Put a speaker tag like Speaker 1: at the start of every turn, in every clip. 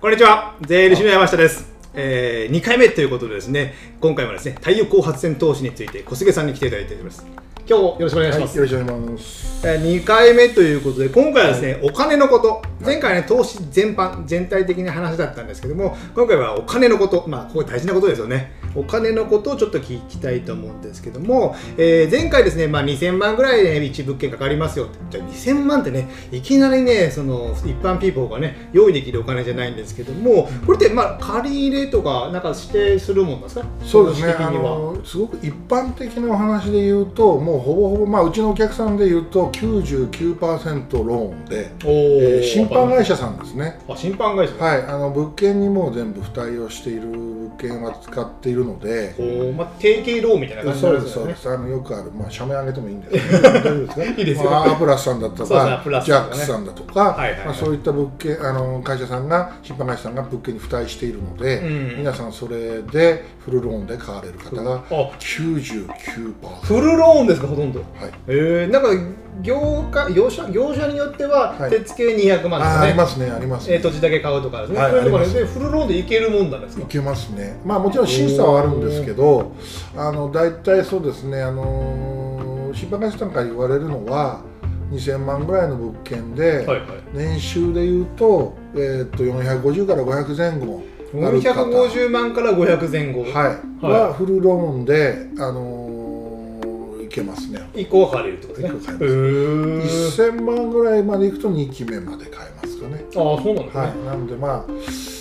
Speaker 1: こんにちは、税理士の山下です。えー、2回目ということでですね、今回もですね、太陽光発電投資について小菅さんに来ていただいております。今日もよろしくお願いします。
Speaker 2: よろしくお願いします。
Speaker 1: えー2回目ということで今回はですね、お金のこと前回はね投資全般全体的な話だったんですけども今回はお金のことまあここ大事なことですよねお金のことをちょっと聞きたいと思うんですけども、えー前回ですね、まあ、2000万ぐらいで、ね、一物件かかりますよってじゃあ2000万ってねいきなりねその一般ピーポーがね用意できるお金じゃないんですけどもこれってまあ借り入れとかなんか指定するもんなんですか
Speaker 2: そうです
Speaker 1: 形式
Speaker 2: ね。あ
Speaker 1: 的には
Speaker 2: のすごく一般的なお話で言うと、もうほぼほぼまあうちのお客さんで言うと99%ローンで、
Speaker 1: おー
Speaker 2: えー審判会社さんですね。
Speaker 1: あ審判会社
Speaker 2: はい、あの物件にもう全部付帯をしている物件は使っているので、
Speaker 1: こう、まあ、定型ローンみたいな感じ
Speaker 2: そ
Speaker 1: に
Speaker 2: う
Speaker 1: な
Speaker 2: で
Speaker 1: るんです
Speaker 2: すそ
Speaker 1: よ
Speaker 2: う
Speaker 1: ね
Speaker 2: です。あのよくあるまあ社名上げてもいいんで すけど、大丈夫ですか？
Speaker 1: いいですよ
Speaker 2: まあアプラスさんだったと
Speaker 1: そうですねア
Speaker 2: か
Speaker 1: プラ、ス
Speaker 2: ジ
Speaker 1: とかね
Speaker 2: ャックスさんだとか、
Speaker 1: はいはいはい
Speaker 2: まあそういった物件あの会社さんが審判会社さんが物件に付帯しているので、
Speaker 1: うん
Speaker 2: 皆さんそれでフルローンで買われる方が
Speaker 1: あ
Speaker 2: 99%。
Speaker 1: フルローンですかほとんど
Speaker 2: はい。
Speaker 1: えー、なんか業界業者業者によっては
Speaker 2: はい
Speaker 1: 手付け200万
Speaker 2: あーあ
Speaker 1: で
Speaker 2: り
Speaker 1: すかね、
Speaker 2: ますねあります
Speaker 1: えー
Speaker 2: ね。
Speaker 1: 土地だけ買うとかですね、
Speaker 2: はい
Speaker 1: そういうとこ
Speaker 2: あ
Speaker 1: ろ
Speaker 2: り
Speaker 1: でフルローンでいけるもんなんです
Speaker 2: い
Speaker 1: か
Speaker 2: けますね、まあ、もちろん審査はあるんですけど、あの大体そうですね、あのー、審判会社さんから言われるのは、2000万ぐらいの物件で、
Speaker 1: はい
Speaker 2: 年収でいうと,、えー、と450から500前後ある方
Speaker 1: 450万から500前後、
Speaker 2: はい、
Speaker 1: はい
Speaker 2: はフルローンで、あのーいけますね、
Speaker 1: 以降借りるってことです
Speaker 2: 以降
Speaker 1: ね
Speaker 2: 借
Speaker 1: へ
Speaker 2: り
Speaker 1: ー
Speaker 2: 1000万ぐらいまでいくと2期目まで買えますかね、
Speaker 1: ああそうなんですね、
Speaker 2: はい、なのでまあ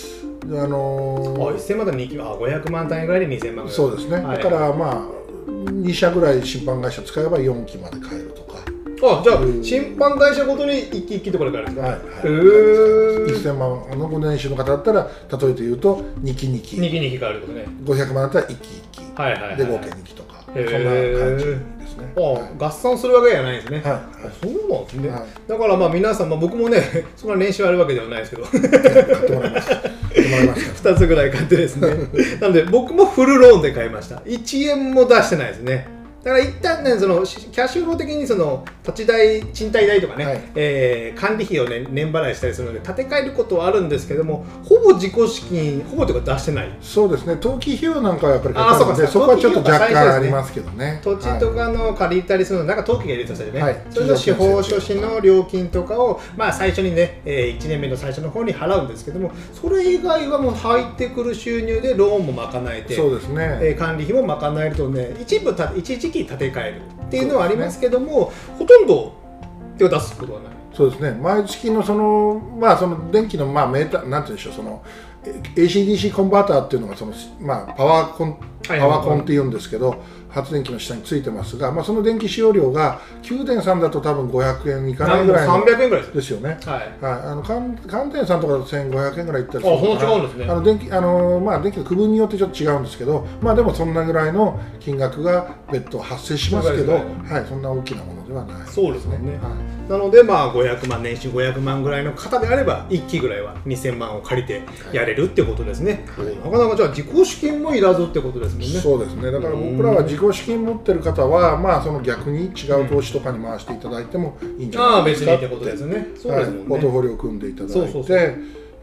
Speaker 2: あ
Speaker 1: あ
Speaker 2: のー
Speaker 1: 1000万だ2あ500万単位ぐらいで2000万ぐらい
Speaker 2: そうですね、
Speaker 1: はい
Speaker 2: だからまあ2社ぐらい審判会社使えば4期まで買えるとか
Speaker 1: あじゃあ
Speaker 2: うん
Speaker 1: 審判会社ごとに一期一期とかで買えるんですか、
Speaker 2: はいはい
Speaker 1: へー
Speaker 2: 1000万のご年収の方だったら例えて言うと2期2期
Speaker 1: 二期二期買えるってことね
Speaker 2: 500万だったら1期1期
Speaker 1: はいはい、はい、
Speaker 2: で合計2期とかそん
Speaker 1: へ
Speaker 2: な
Speaker 1: ー
Speaker 2: 感じですね
Speaker 1: ああ、
Speaker 2: は
Speaker 1: 合算するわけじゃないんですね、
Speaker 2: いはい
Speaker 1: あそうなんですね、
Speaker 2: はい
Speaker 1: だからまあ皆さん、まあ、僕もね そんな練習あるわけではないですけど
Speaker 2: 買ってもらいます。買ってもらいますか
Speaker 1: 2つぐらい買ってですね なので僕もフルローンで買いました1円も出してないですねだから一旦ねそのしキャッシュフロー的にその土地代賃貸代とかね、
Speaker 2: はい
Speaker 1: えー管理費を、ね、年払いしたりするので建て替えることはあるんですけどもほぼ自己資金ほぼというか出してない
Speaker 2: そうですね。登記費用なんかはやっぱりか
Speaker 1: あー
Speaker 2: か
Speaker 1: そう
Speaker 2: る
Speaker 1: か
Speaker 2: ので、そこはちょっと若
Speaker 1: 登記費用が
Speaker 2: 干
Speaker 1: 最初で
Speaker 2: あ
Speaker 1: すね
Speaker 2: りますけどね。
Speaker 1: 土地とかの借りたりするのなんか登記が入れてたりね、
Speaker 2: はい
Speaker 1: それの司法書士の料金とかを、まあ、最初にね、え1年目の最初の方に払うんですけどもそれ以外はもう入ってくる収入でローンも賄え
Speaker 2: はい
Speaker 1: て、
Speaker 2: そうです
Speaker 1: え
Speaker 2: ね。
Speaker 1: ー管理費も賄えるとね一部た一時期建て替えるっていうのはありますけども、ほとんど手を出すことはない。
Speaker 2: そうですね。毎月のそのまあその電気のまあメーターなんて言うんでしょうそのえ ACDC コンバーターっていうのがそのまあパワーコン
Speaker 1: はい
Speaker 2: パワーコンって言うんですけど。発電機の下についてますが、まあ、その電気使用量が9.3だと多分500円いかないぐらい
Speaker 1: なん
Speaker 2: の
Speaker 1: か300円ぐらいですよ
Speaker 2: ですよね。
Speaker 1: はい
Speaker 2: はい、あの寒寒天さんとかだと1500円ぐらいいったり
Speaker 1: あそんな違うんですね
Speaker 2: あの電気あのまあ電気の区分によってちょっと違うんですけど、まあでもそんなぐらいの金額が別途発生しますけ
Speaker 1: そう
Speaker 2: ど、
Speaker 1: です
Speaker 2: はい、そんな大きなものではない。
Speaker 1: そうですもんね
Speaker 2: はい
Speaker 1: なのでまあ500万年収500万ぐらいの方であれば1期ぐらいは2000万を借りてやれるってことですね、
Speaker 2: はい
Speaker 1: なかなかじゃあ自己資金もいらずってことですもんね
Speaker 2: そうですねだから僕らは自己資金持ってる方は、まあ、その逆に違う投資とかに回していただいてもいいんじゃ
Speaker 1: ああ
Speaker 2: ない
Speaker 1: 別
Speaker 2: です
Speaker 1: に
Speaker 2: か
Speaker 1: ってことですねそうです
Speaker 2: はい、
Speaker 1: も
Speaker 2: ポ
Speaker 1: ん
Speaker 2: ート
Speaker 1: ね
Speaker 2: フォリオを組んでいただいて
Speaker 1: そうそうそ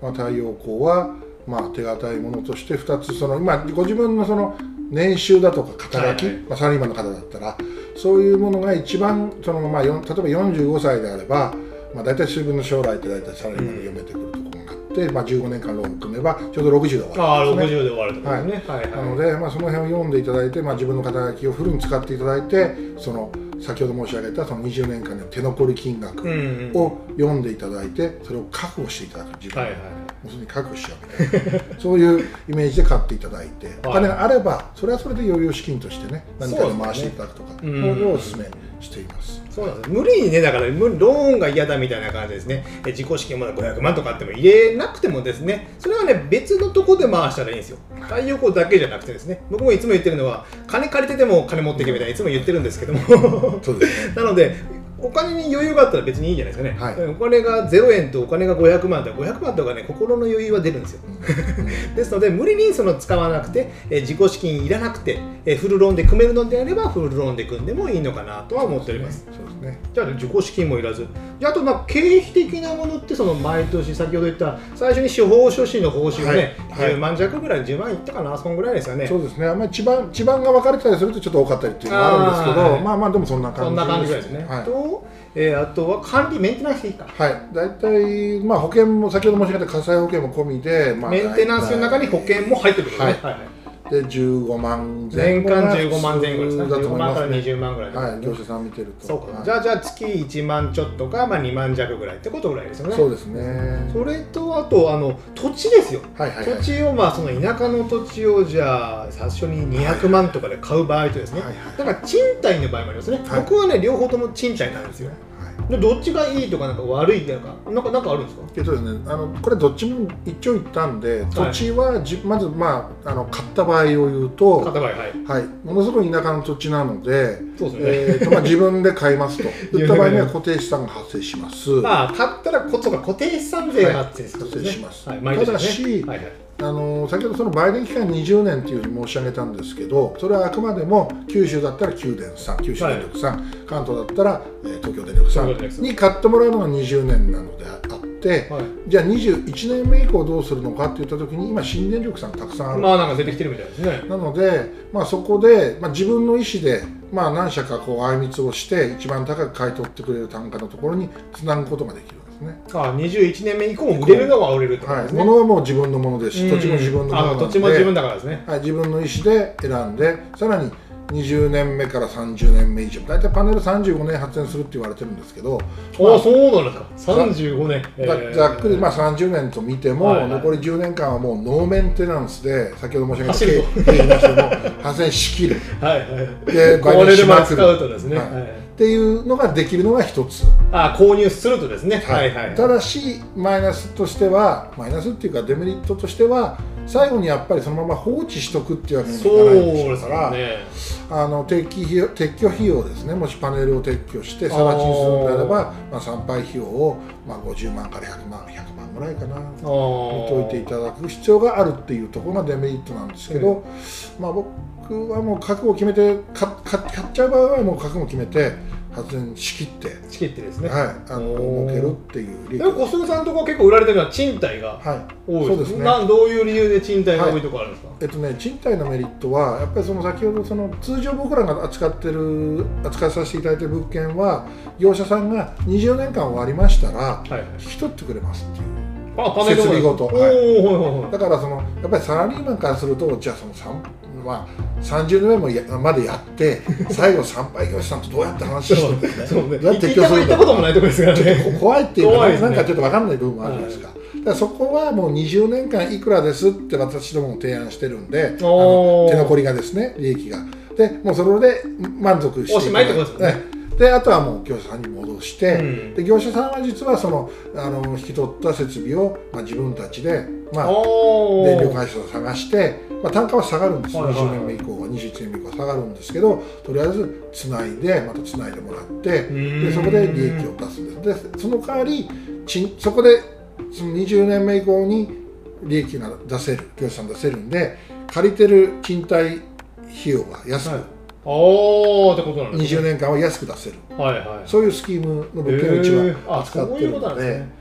Speaker 2: まあ、太陽光は、まあ、手堅いものとして2つその、まあ、ご自分のその年収だとか肩書き、
Speaker 1: はいはい
Speaker 2: まあ、サラリーマンの方だったらそういうものが一番その、まあ、よん例えば45歳であれば、まあ、大体自分の将来って大体サラリーマンで読めてくるところがあって、まあ、15年間ローンを組めばちょうど60で終
Speaker 1: あ
Speaker 2: わ
Speaker 1: あ
Speaker 2: るんですね。
Speaker 1: 60で終わるってことですねはいはい
Speaker 2: なので、まあ、その辺を読んでいただいて、まあ、自分の肩書きをフルに使っていただいてその先ほど申し上げたその20年間の手残り金額
Speaker 1: うんうん
Speaker 2: を読んでいただいてそれを確保していただく自分
Speaker 1: は
Speaker 2: の、
Speaker 1: いはい
Speaker 2: もうすでに確保しちゃうみたいな そういうイメージで買っていただいて、お金があればそれはそれで余裕資金としてね何か
Speaker 1: そうです
Speaker 2: で
Speaker 1: ね
Speaker 2: 回していただくとかそううい
Speaker 1: ん
Speaker 2: うのをお勧めしています。
Speaker 1: そうなんです無理にねだから無ローンが嫌だみたいな感じですねえ自己資金まだ500万とかあっても入れなくてもですねそれはね別のとこで回したらいいんですよ太陽光だけじゃなくてですね僕もいつも言ってるのは金借りてても金持っていけみたいないつも言ってるんですけども
Speaker 2: そうですね
Speaker 1: なのでお金に余裕があったら別にいいじゃないですかね、
Speaker 2: はい
Speaker 1: お金が0円とお金が500万だ500万とかね心の余裕は出るんですよですので無理にその使わなくて、えー自己資金いらなくて、えーフルローンで組めるのであればフルローンで組んでもいいのかなとは思っております
Speaker 2: そうですね
Speaker 1: じゃあ自己資金もいらずであとまあ経費的なものってその毎年先ほど言った最初に司法書士の報酬ね、
Speaker 2: はいはい
Speaker 1: 10万弱ぐらい10万いったかなそんぐらいですよね
Speaker 2: そうですねあんまり地盤地盤が分かれてたりするとちょっと多かったりっていうのはあるんですけど
Speaker 1: あーはい
Speaker 2: まあまあでもそんな感じ
Speaker 1: そんな感じぐらいですね、
Speaker 2: はい
Speaker 1: と、えーあとは管理メンテナンス費か
Speaker 2: はい、大体、まあ、保険も先ほど申し上げた火災保険も込みで、まあ、
Speaker 1: メンテナンスの中に保険も入ってくるんですね、はいはい
Speaker 2: 大体で15万前
Speaker 1: 年
Speaker 2: 後が
Speaker 1: 間15万前後ですね
Speaker 2: 普通だと
Speaker 1: 15
Speaker 2: 思い
Speaker 1: 万
Speaker 2: ま
Speaker 1: か
Speaker 2: す
Speaker 1: ら
Speaker 2: ね
Speaker 1: 20万ぐらいで
Speaker 2: はい、業者さん見てると
Speaker 1: そうか、
Speaker 2: はい
Speaker 1: じゃあじゃあ月1万ちょっとか、まあ、2万弱ぐらいってことぐらいですよね
Speaker 2: そうですねは
Speaker 1: それとあとあの土地ですよ
Speaker 2: いはいはい
Speaker 1: 土地をまあその田舎の土地をじゃあ最初に200万とかで買う場合とですね、
Speaker 2: はいはい
Speaker 1: だから賃貸の場合もありますね、
Speaker 2: はい
Speaker 1: 僕はね両方とも賃貸なんですよ
Speaker 2: はい
Speaker 1: でどっちがいいとかなんか悪いとかなんかなんかあるんですか
Speaker 2: えっとですね、あのこれどっちも一長一短で土地はじ、まず、まあ、あの買った場合を言うと、
Speaker 1: 片場合はい
Speaker 2: はい、ものすごい田舎の土地なので、
Speaker 1: そうですよね、
Speaker 2: えーとまあ、自分で 買いますと
Speaker 1: 分で買います
Speaker 2: 売った場合には固定資産が発生します、
Speaker 1: まあ買ったらこそが固定資産税が発生するんですね、
Speaker 2: はい発生します
Speaker 1: はい、毎年ね
Speaker 2: ただし
Speaker 1: はいはい
Speaker 2: あの先ほどその売電期間20年というふうに申し上げたんですけどそれはあくまでも九州だったら九電さん九州電力さん、関東だったら、えー東京電力さ
Speaker 1: 東京電力さ
Speaker 2: ん
Speaker 1: ん
Speaker 2: に買ってもらうのが20年なのであって、
Speaker 1: はい
Speaker 2: じゃあ21年目以降どうするのかっていった時に今新電力さんたくさんある
Speaker 1: まあなんか出てきてるみたいですね
Speaker 2: なので、まあ、そこで、まあ、自分の意思で、まあ、何社かこう相みつをして一番高く買い取ってくれる単価のところにつなぐことができるんですね。
Speaker 1: ああ21年目以降も売れるのは売れるってこと
Speaker 2: は
Speaker 1: で
Speaker 2: い、
Speaker 1: すね、
Speaker 2: 物はもう自分のものですし、
Speaker 1: うん
Speaker 2: 土地も自分のものな
Speaker 1: あ
Speaker 2: ので
Speaker 1: 土地も自分だからですね
Speaker 2: はい、自分の意思で選んでさらに20年目から30年目以上大体パネル35年発電するって言われてるんですけど、
Speaker 1: ああそうなんですか35年
Speaker 2: ざ
Speaker 1: えー
Speaker 2: ざっくり、まあ、30年と見ても、
Speaker 1: はいはい
Speaker 2: 残り10年間はもうノーメンテナンスで先ほど申し
Speaker 1: 走
Speaker 2: 上げ
Speaker 1: る
Speaker 2: た経経営なしも発電しきる
Speaker 1: はいはい
Speaker 2: で
Speaker 1: これでまあ
Speaker 2: し
Speaker 1: 使
Speaker 2: まくる
Speaker 1: うとですね、
Speaker 2: はい
Speaker 1: はい
Speaker 2: っていうのができるのが一つ、
Speaker 1: あ購入するとですね、はいはい、
Speaker 2: ただしマイナスとしてはマイナスっていうかデメリットとしては最後にやっぱりそのまま放置しとくっていうわけにはいか
Speaker 1: そう
Speaker 2: ない
Speaker 1: で
Speaker 2: し
Speaker 1: す
Speaker 2: ょうから、
Speaker 1: よね
Speaker 2: あの撤去費用撤去費用ですねもしパネルを撤去して更地にするのであればまあ、参拝費用を、まあ、50万から100万100万ぐらいかな
Speaker 1: あ
Speaker 2: 見ておい
Speaker 1: ー
Speaker 2: ていただく必要があるっていうところがデメリットなんですけど、まあ、僕はもう覚悟を決めてかか買っちゃう場合はもう覚悟を決めて発電しきって。
Speaker 1: チケットですね、
Speaker 2: はい、あの
Speaker 1: おー
Speaker 2: 儲けるっていう利
Speaker 1: で
Speaker 2: 益
Speaker 1: も小菅さんのところ結構売られてるのは賃貸が
Speaker 2: はい
Speaker 1: 多い
Speaker 2: そうですね
Speaker 1: などういう理由で賃貸が多いところあるんですか、
Speaker 2: えっとね、賃貸のメリットはやっぱりその先ほどその通常僕らが扱ってる扱いさせていただいてる物件は業者さんが20年間終わりましたら
Speaker 1: はいはい
Speaker 2: 引き取ってくれますっていう
Speaker 1: あパネル
Speaker 2: 設備ごと
Speaker 1: おーはいはいはい
Speaker 2: だからそのやっぱりサラリーマンからするとじゃあその3、まあ、30年目もやまで やって最後参拝業者さんとどうやって話をしてんです
Speaker 1: そうね
Speaker 2: どうやって
Speaker 1: 行
Speaker 2: 提
Speaker 1: っ
Speaker 2: 供
Speaker 1: た
Speaker 2: す
Speaker 1: こ行
Speaker 2: るん
Speaker 1: った
Speaker 2: だろ
Speaker 1: こ
Speaker 2: う
Speaker 1: ともないところですからね
Speaker 2: こ怖いっていうか
Speaker 1: 怖い
Speaker 2: な
Speaker 1: ですね
Speaker 2: なんかちょっと分かんない部分もあるじゃないですか,、だからそこはもう20年間いくらですって私どもも提案してるんであの
Speaker 1: おー
Speaker 2: 手残りがですね利益がでもうそれで満足して
Speaker 1: おしまいってことですよね
Speaker 2: ねであとはもう業者さんに戻して、
Speaker 1: うん
Speaker 2: で業者さんは実はそのあの引き取った設備を、まあ、自分たちで、まあ、
Speaker 1: お
Speaker 2: 電力
Speaker 1: ー
Speaker 2: 会社を探して、まあ、単価は下がるんです、
Speaker 1: はいはい
Speaker 2: 20年目以降は21年目以降は下がるんですけどとりあえずつないでまたつないでもらって
Speaker 1: ーん
Speaker 2: でそこで利益を出すんですでその代わりちんそこでその20年目以降に利益が出せる業者さん出せるんで借りてる賃貸費用が安く、
Speaker 1: はいおーってことなんです
Speaker 2: 20
Speaker 1: ね
Speaker 2: 年間は安く出せる
Speaker 1: はいはい
Speaker 2: そういうスキームの物件を一
Speaker 1: へー
Speaker 2: 番
Speaker 1: あ
Speaker 2: 扱
Speaker 1: そう
Speaker 2: って
Speaker 1: い
Speaker 2: る
Speaker 1: うことなん
Speaker 2: ので,、
Speaker 1: ですね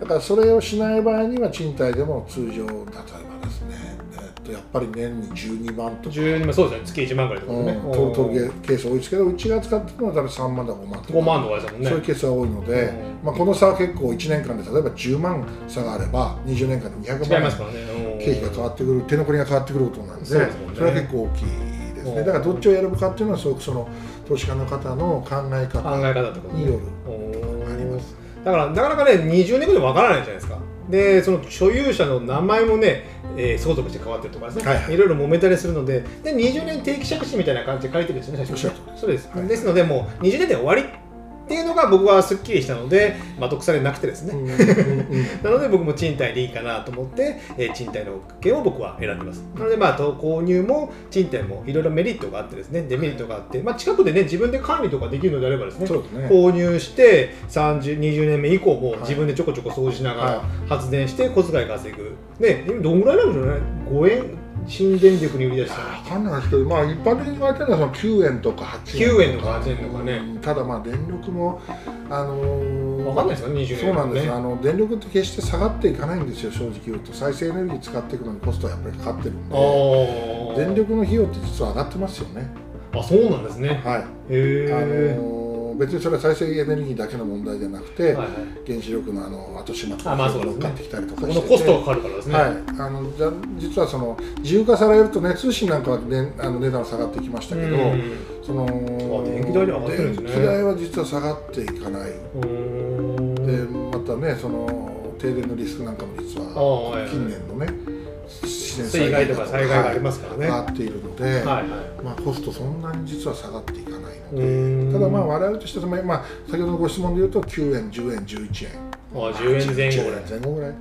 Speaker 2: だからそれをしない場合には賃貸でも通常例えばですね、えっと、やっぱり年に12万とか、
Speaker 1: 12万そうですね月1万ぐらいってこと
Speaker 2: う
Speaker 1: ね、
Speaker 2: ん、
Speaker 1: お
Speaker 2: ト
Speaker 1: ー
Speaker 2: トルケース多いですけどうちが使ってるのは多分3万だ5万とか
Speaker 1: 5万とかですもんね
Speaker 2: そういうケースが多いので、
Speaker 1: うん
Speaker 2: まあ、この差は結構1年間で例えば10万差があれば20年間で200
Speaker 1: 違い
Speaker 2: 万
Speaker 1: ますからねうん
Speaker 2: 経費が変わってくる手残りが変わってくることなんで
Speaker 1: そう
Speaker 2: そ
Speaker 1: ですもんね
Speaker 2: れは結構大きいです
Speaker 1: う
Speaker 2: ね
Speaker 1: ん
Speaker 2: だからどっちを選ぶかっていうのはすごくその投資家の方の考え
Speaker 1: 考
Speaker 2: 方
Speaker 1: え方ってこと
Speaker 2: による
Speaker 1: あ
Speaker 2: あります
Speaker 1: だからなかなかね20年後でわからないじゃないですかでその所有者の名前もね、えー相続して変わってるとかですね、
Speaker 2: はい
Speaker 1: い
Speaker 2: はい
Speaker 1: ろいろ揉めたりするのでで20年定期借地みたいな感じで書いてるんですよね最初
Speaker 2: おっしゃる
Speaker 1: そうです、
Speaker 2: はい
Speaker 1: ですのでもう20年で終わりっていうのが僕はすっきりしたので、まあ、得されなくてです
Speaker 2: う
Speaker 1: ね、
Speaker 2: んうん
Speaker 1: なので僕も賃貸でいいかなと思って、えー賃貸の物件を僕は選んでますなのでまあと購入も賃貸もいろいろメリットがあってですねデメリットがあって、まあ、近くでね自分で管理とかできるのであればです
Speaker 2: うん
Speaker 1: ね
Speaker 2: そうだね。
Speaker 1: 購入して30 20年目以降も
Speaker 2: い
Speaker 1: 自分でちょこちょこ掃除しなが
Speaker 2: は
Speaker 1: ら発電して小遣い稼ぐ、ね、今どんぐらいなんでしょうね5円新電力に売り出したら
Speaker 2: わかんないですけど、まあ一般的に言われてるのはその9円とか8
Speaker 1: 9
Speaker 2: 円
Speaker 1: 円とか8円とかね
Speaker 2: うんただまあ電力もあのー
Speaker 1: 分かんないですか20年
Speaker 2: そうなんです、
Speaker 1: ね
Speaker 2: あの電力って決して下がっていかないんですよ正直言うと再生エネルギー使っていくのにコストはやっぱりかかってるん
Speaker 1: あ
Speaker 2: で
Speaker 1: ー
Speaker 2: 電力の費用って実は上がってますよね
Speaker 1: あそうなんですね
Speaker 2: はい、
Speaker 1: へ
Speaker 2: あ
Speaker 1: え、
Speaker 2: のー別にそれは再生エネルギーだけの問題じゃなくて、
Speaker 1: はいはい、
Speaker 2: 原子力のあの後始末
Speaker 1: あまあそうですね
Speaker 2: 乗っかってきたりとか
Speaker 1: こ
Speaker 2: して
Speaker 1: のコストがかかるからですね、
Speaker 2: はい、あのじゃ実はその自由化されるとね通信なんかは、ね、あの値段下がってきましたけど、
Speaker 1: う
Speaker 2: その
Speaker 1: 電気代に上がってるんですね
Speaker 2: 電気代は実は下がっていかない
Speaker 1: ん
Speaker 2: でまたねその停電のリスクなんかも実
Speaker 1: ああはいは
Speaker 2: はい近年のね自然
Speaker 1: 水害とか災害があり
Speaker 2: ま
Speaker 1: ますから
Speaker 2: 上
Speaker 1: ね、
Speaker 2: が
Speaker 1: は
Speaker 2: っているので、
Speaker 1: いはい
Speaker 2: まあ、コストそんなに実は下がっていかないの
Speaker 1: う
Speaker 2: で、
Speaker 1: ーん
Speaker 2: ただまあ我々としては、まあ、先ほどのご質問で言うと9円10円11円
Speaker 1: あ10円前後ぐらい
Speaker 2: 10円前後ぐらい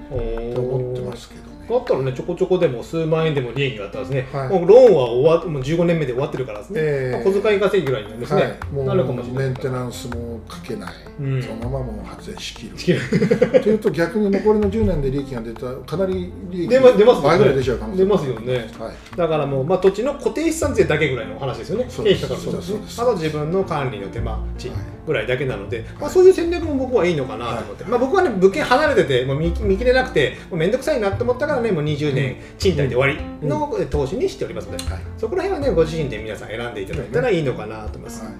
Speaker 1: お
Speaker 2: と思って
Speaker 1: す
Speaker 2: ますけどね
Speaker 1: だったらね、ちょこちょこでも数万円でも利益があったらですね、
Speaker 2: はい
Speaker 1: もうローンは終わっもう15年目で終わってるからですね、
Speaker 2: ええ
Speaker 1: まあ小遣い稼ぎぐらいにですね、
Speaker 2: はい、も
Speaker 1: なるかもし
Speaker 2: う
Speaker 1: れない
Speaker 2: メンテナンスもかけない、
Speaker 1: うん
Speaker 2: そのままもう発電しきる
Speaker 1: 地球
Speaker 2: というと逆に残りの10年で利益が出たらかなり利益
Speaker 1: 出ま出ますよね
Speaker 2: 倍ぐらい出ちゃう可能性
Speaker 1: 出ますよね
Speaker 2: はい
Speaker 1: だからもう、まあ、土地の固定資産税だけぐらいの話ですよね、
Speaker 2: そう
Speaker 1: 経
Speaker 2: で
Speaker 1: 費
Speaker 2: す
Speaker 1: かかるとです
Speaker 2: そう
Speaker 1: ね
Speaker 2: で、す
Speaker 1: あと自分の管理の手間賃
Speaker 2: はい
Speaker 1: ぐらいだけなので、ま
Speaker 2: は
Speaker 1: あ、
Speaker 2: い
Speaker 1: そういう戦略も僕はいいのかなと思って、
Speaker 2: はい
Speaker 1: まあ、僕はね、物件離れてて、もう見見切れなくて、もう面倒くさいなと思ったからね、もう20年、賃貸で終わりのえ投資にしておりますので、
Speaker 2: はい
Speaker 1: そこら辺はね、ご自身で皆さん選んでいただいたらいいのかなと思います。
Speaker 2: はい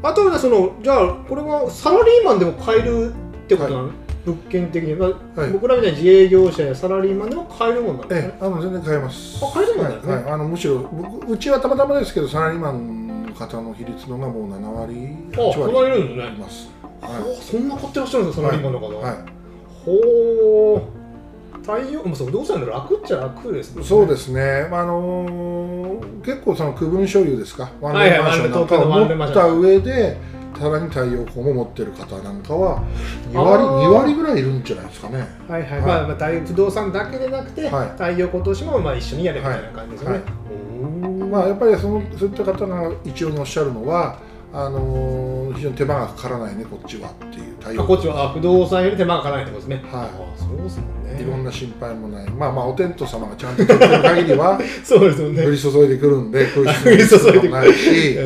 Speaker 1: あとはねそのじゃあこれはサラリーマンでも買えるってことなの、物件的に、まあ
Speaker 2: はい
Speaker 1: 僕らみたいに自営業者やサラリーマンでも買えるもんなんです
Speaker 2: え
Speaker 1: ね
Speaker 2: えあの全然買えます
Speaker 1: あ買えるもんなんですね
Speaker 2: はいはい、あのむしろ僕うちはたまたまですけどサラリーマンの方の比率のがもう7割
Speaker 1: あ
Speaker 2: 8
Speaker 1: そんなにい
Speaker 2: 割
Speaker 1: るんです
Speaker 2: い
Speaker 1: ね、
Speaker 2: ます
Speaker 1: おそんな買ってらっしゃるんですかサラリーマンの方、
Speaker 2: はい、は
Speaker 1: ほう太陽もうそうどうしたら楽っちゃ楽です
Speaker 2: い、そうですすね、まああのー結構その区分所有ですかワン
Speaker 1: はい
Speaker 2: ル
Speaker 1: はい
Speaker 2: ームマンションなんかを
Speaker 1: ワ
Speaker 2: 持
Speaker 1: ンルームマン
Speaker 2: っ
Speaker 1: ション
Speaker 2: た上でさらに太陽光も持ってる方なんかは2割
Speaker 1: あー
Speaker 2: ,2 割ぐらいいるんじゃないですかね
Speaker 1: はいはい、
Speaker 2: はい
Speaker 1: まあ、まあ太陽不動産だけでなくて、
Speaker 2: はい
Speaker 1: 太陽光投資もまあ一緒にやれみたいな感じですよね、
Speaker 2: はい
Speaker 1: おー
Speaker 2: まあ、やっぱりそのそういった方が一応におっしゃるのはあのー非常に手間がかからないねこっちはっていう対
Speaker 1: あ
Speaker 2: 応
Speaker 1: こっちはあ不動産より手間がかからないってことですね
Speaker 2: はい
Speaker 1: あそうですもんね
Speaker 2: いろんな心配もないまあまあお天道様がちゃんと取ってる限りは
Speaker 1: そうです よね
Speaker 2: 降り注いでくるんでこういう
Speaker 1: 降り注いでくる
Speaker 2: もない し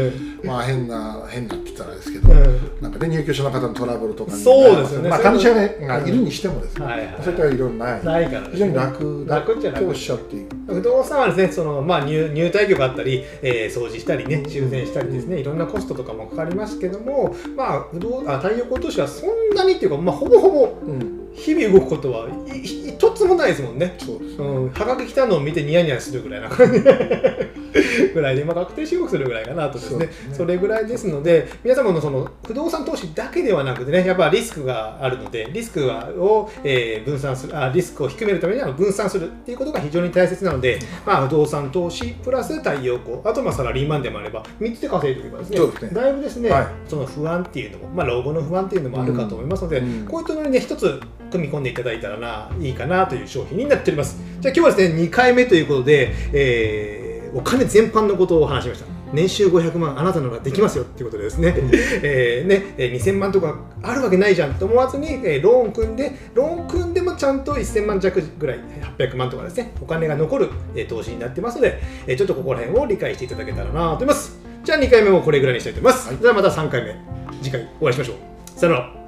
Speaker 1: うん
Speaker 2: まあ変な変なって言ったらですけど、
Speaker 1: うん
Speaker 2: なんかね入居者の方のトラブルとかに
Speaker 1: そうですよね
Speaker 2: まあ管理者がいるにしてもですね、
Speaker 1: はいはい
Speaker 2: そういったいろいろない
Speaker 1: ないから
Speaker 2: 非
Speaker 1: です
Speaker 2: 常
Speaker 1: ね
Speaker 2: に楽だ
Speaker 1: 楽っちゃ
Speaker 2: って
Speaker 1: 楽
Speaker 2: おっしゃっている
Speaker 1: 不動産はですねその、まあ、入入退業があったり、えー掃除したりね修繕したりですねいろんなコストとかもかかりますけども、まあ、不動あ太陽光投資はそんなにっていうか、まあ、ほぼほぼ
Speaker 2: うん
Speaker 1: 日々動くことはいい一つもないですもんね。
Speaker 2: そうですね、
Speaker 1: うん、はがき来たのを見てニヤニヤするぐらいな感じ ぐらいで、まあ、確定申告するぐらいかなとですね
Speaker 2: そうですね
Speaker 1: それぐらいですので皆様のその不動産投資だけではなくてねやっぱリスクがあるのでリスクはを、えー分散するあリスクを低めるためには分散するっていうことが非常に大切なので、まあ、不動産投資プラス太陽光あとまあサラリーマンでもあれば3つで稼いでおけばですね
Speaker 2: そうですね
Speaker 1: だいぶですね、
Speaker 2: はい
Speaker 1: その不安っていうのも、まあ、老後の不安っていうのもあるかと思いますので、
Speaker 2: うんうん
Speaker 1: こういうところにね一つ組み込んでいただいたらないいかなという商品になっておりますじゃあ今日はですね2回目ということで、えーお金全般のことをお話ししました年収500万あなたならできますよっていうことでですね、えーねえー2000万とかあるわけないじゃんと思わずに、えーローン組んでローン組んでもちゃんと1000万弱ぐらい800万とかですねお金が残る、えー投資になってますので、えーちょっとここら辺を理解していただけたらなと思いますじゃあ2回目もこれぐらいにしたいと思います、
Speaker 2: はい
Speaker 1: ではまた3回目次回お会いしましょうさよなら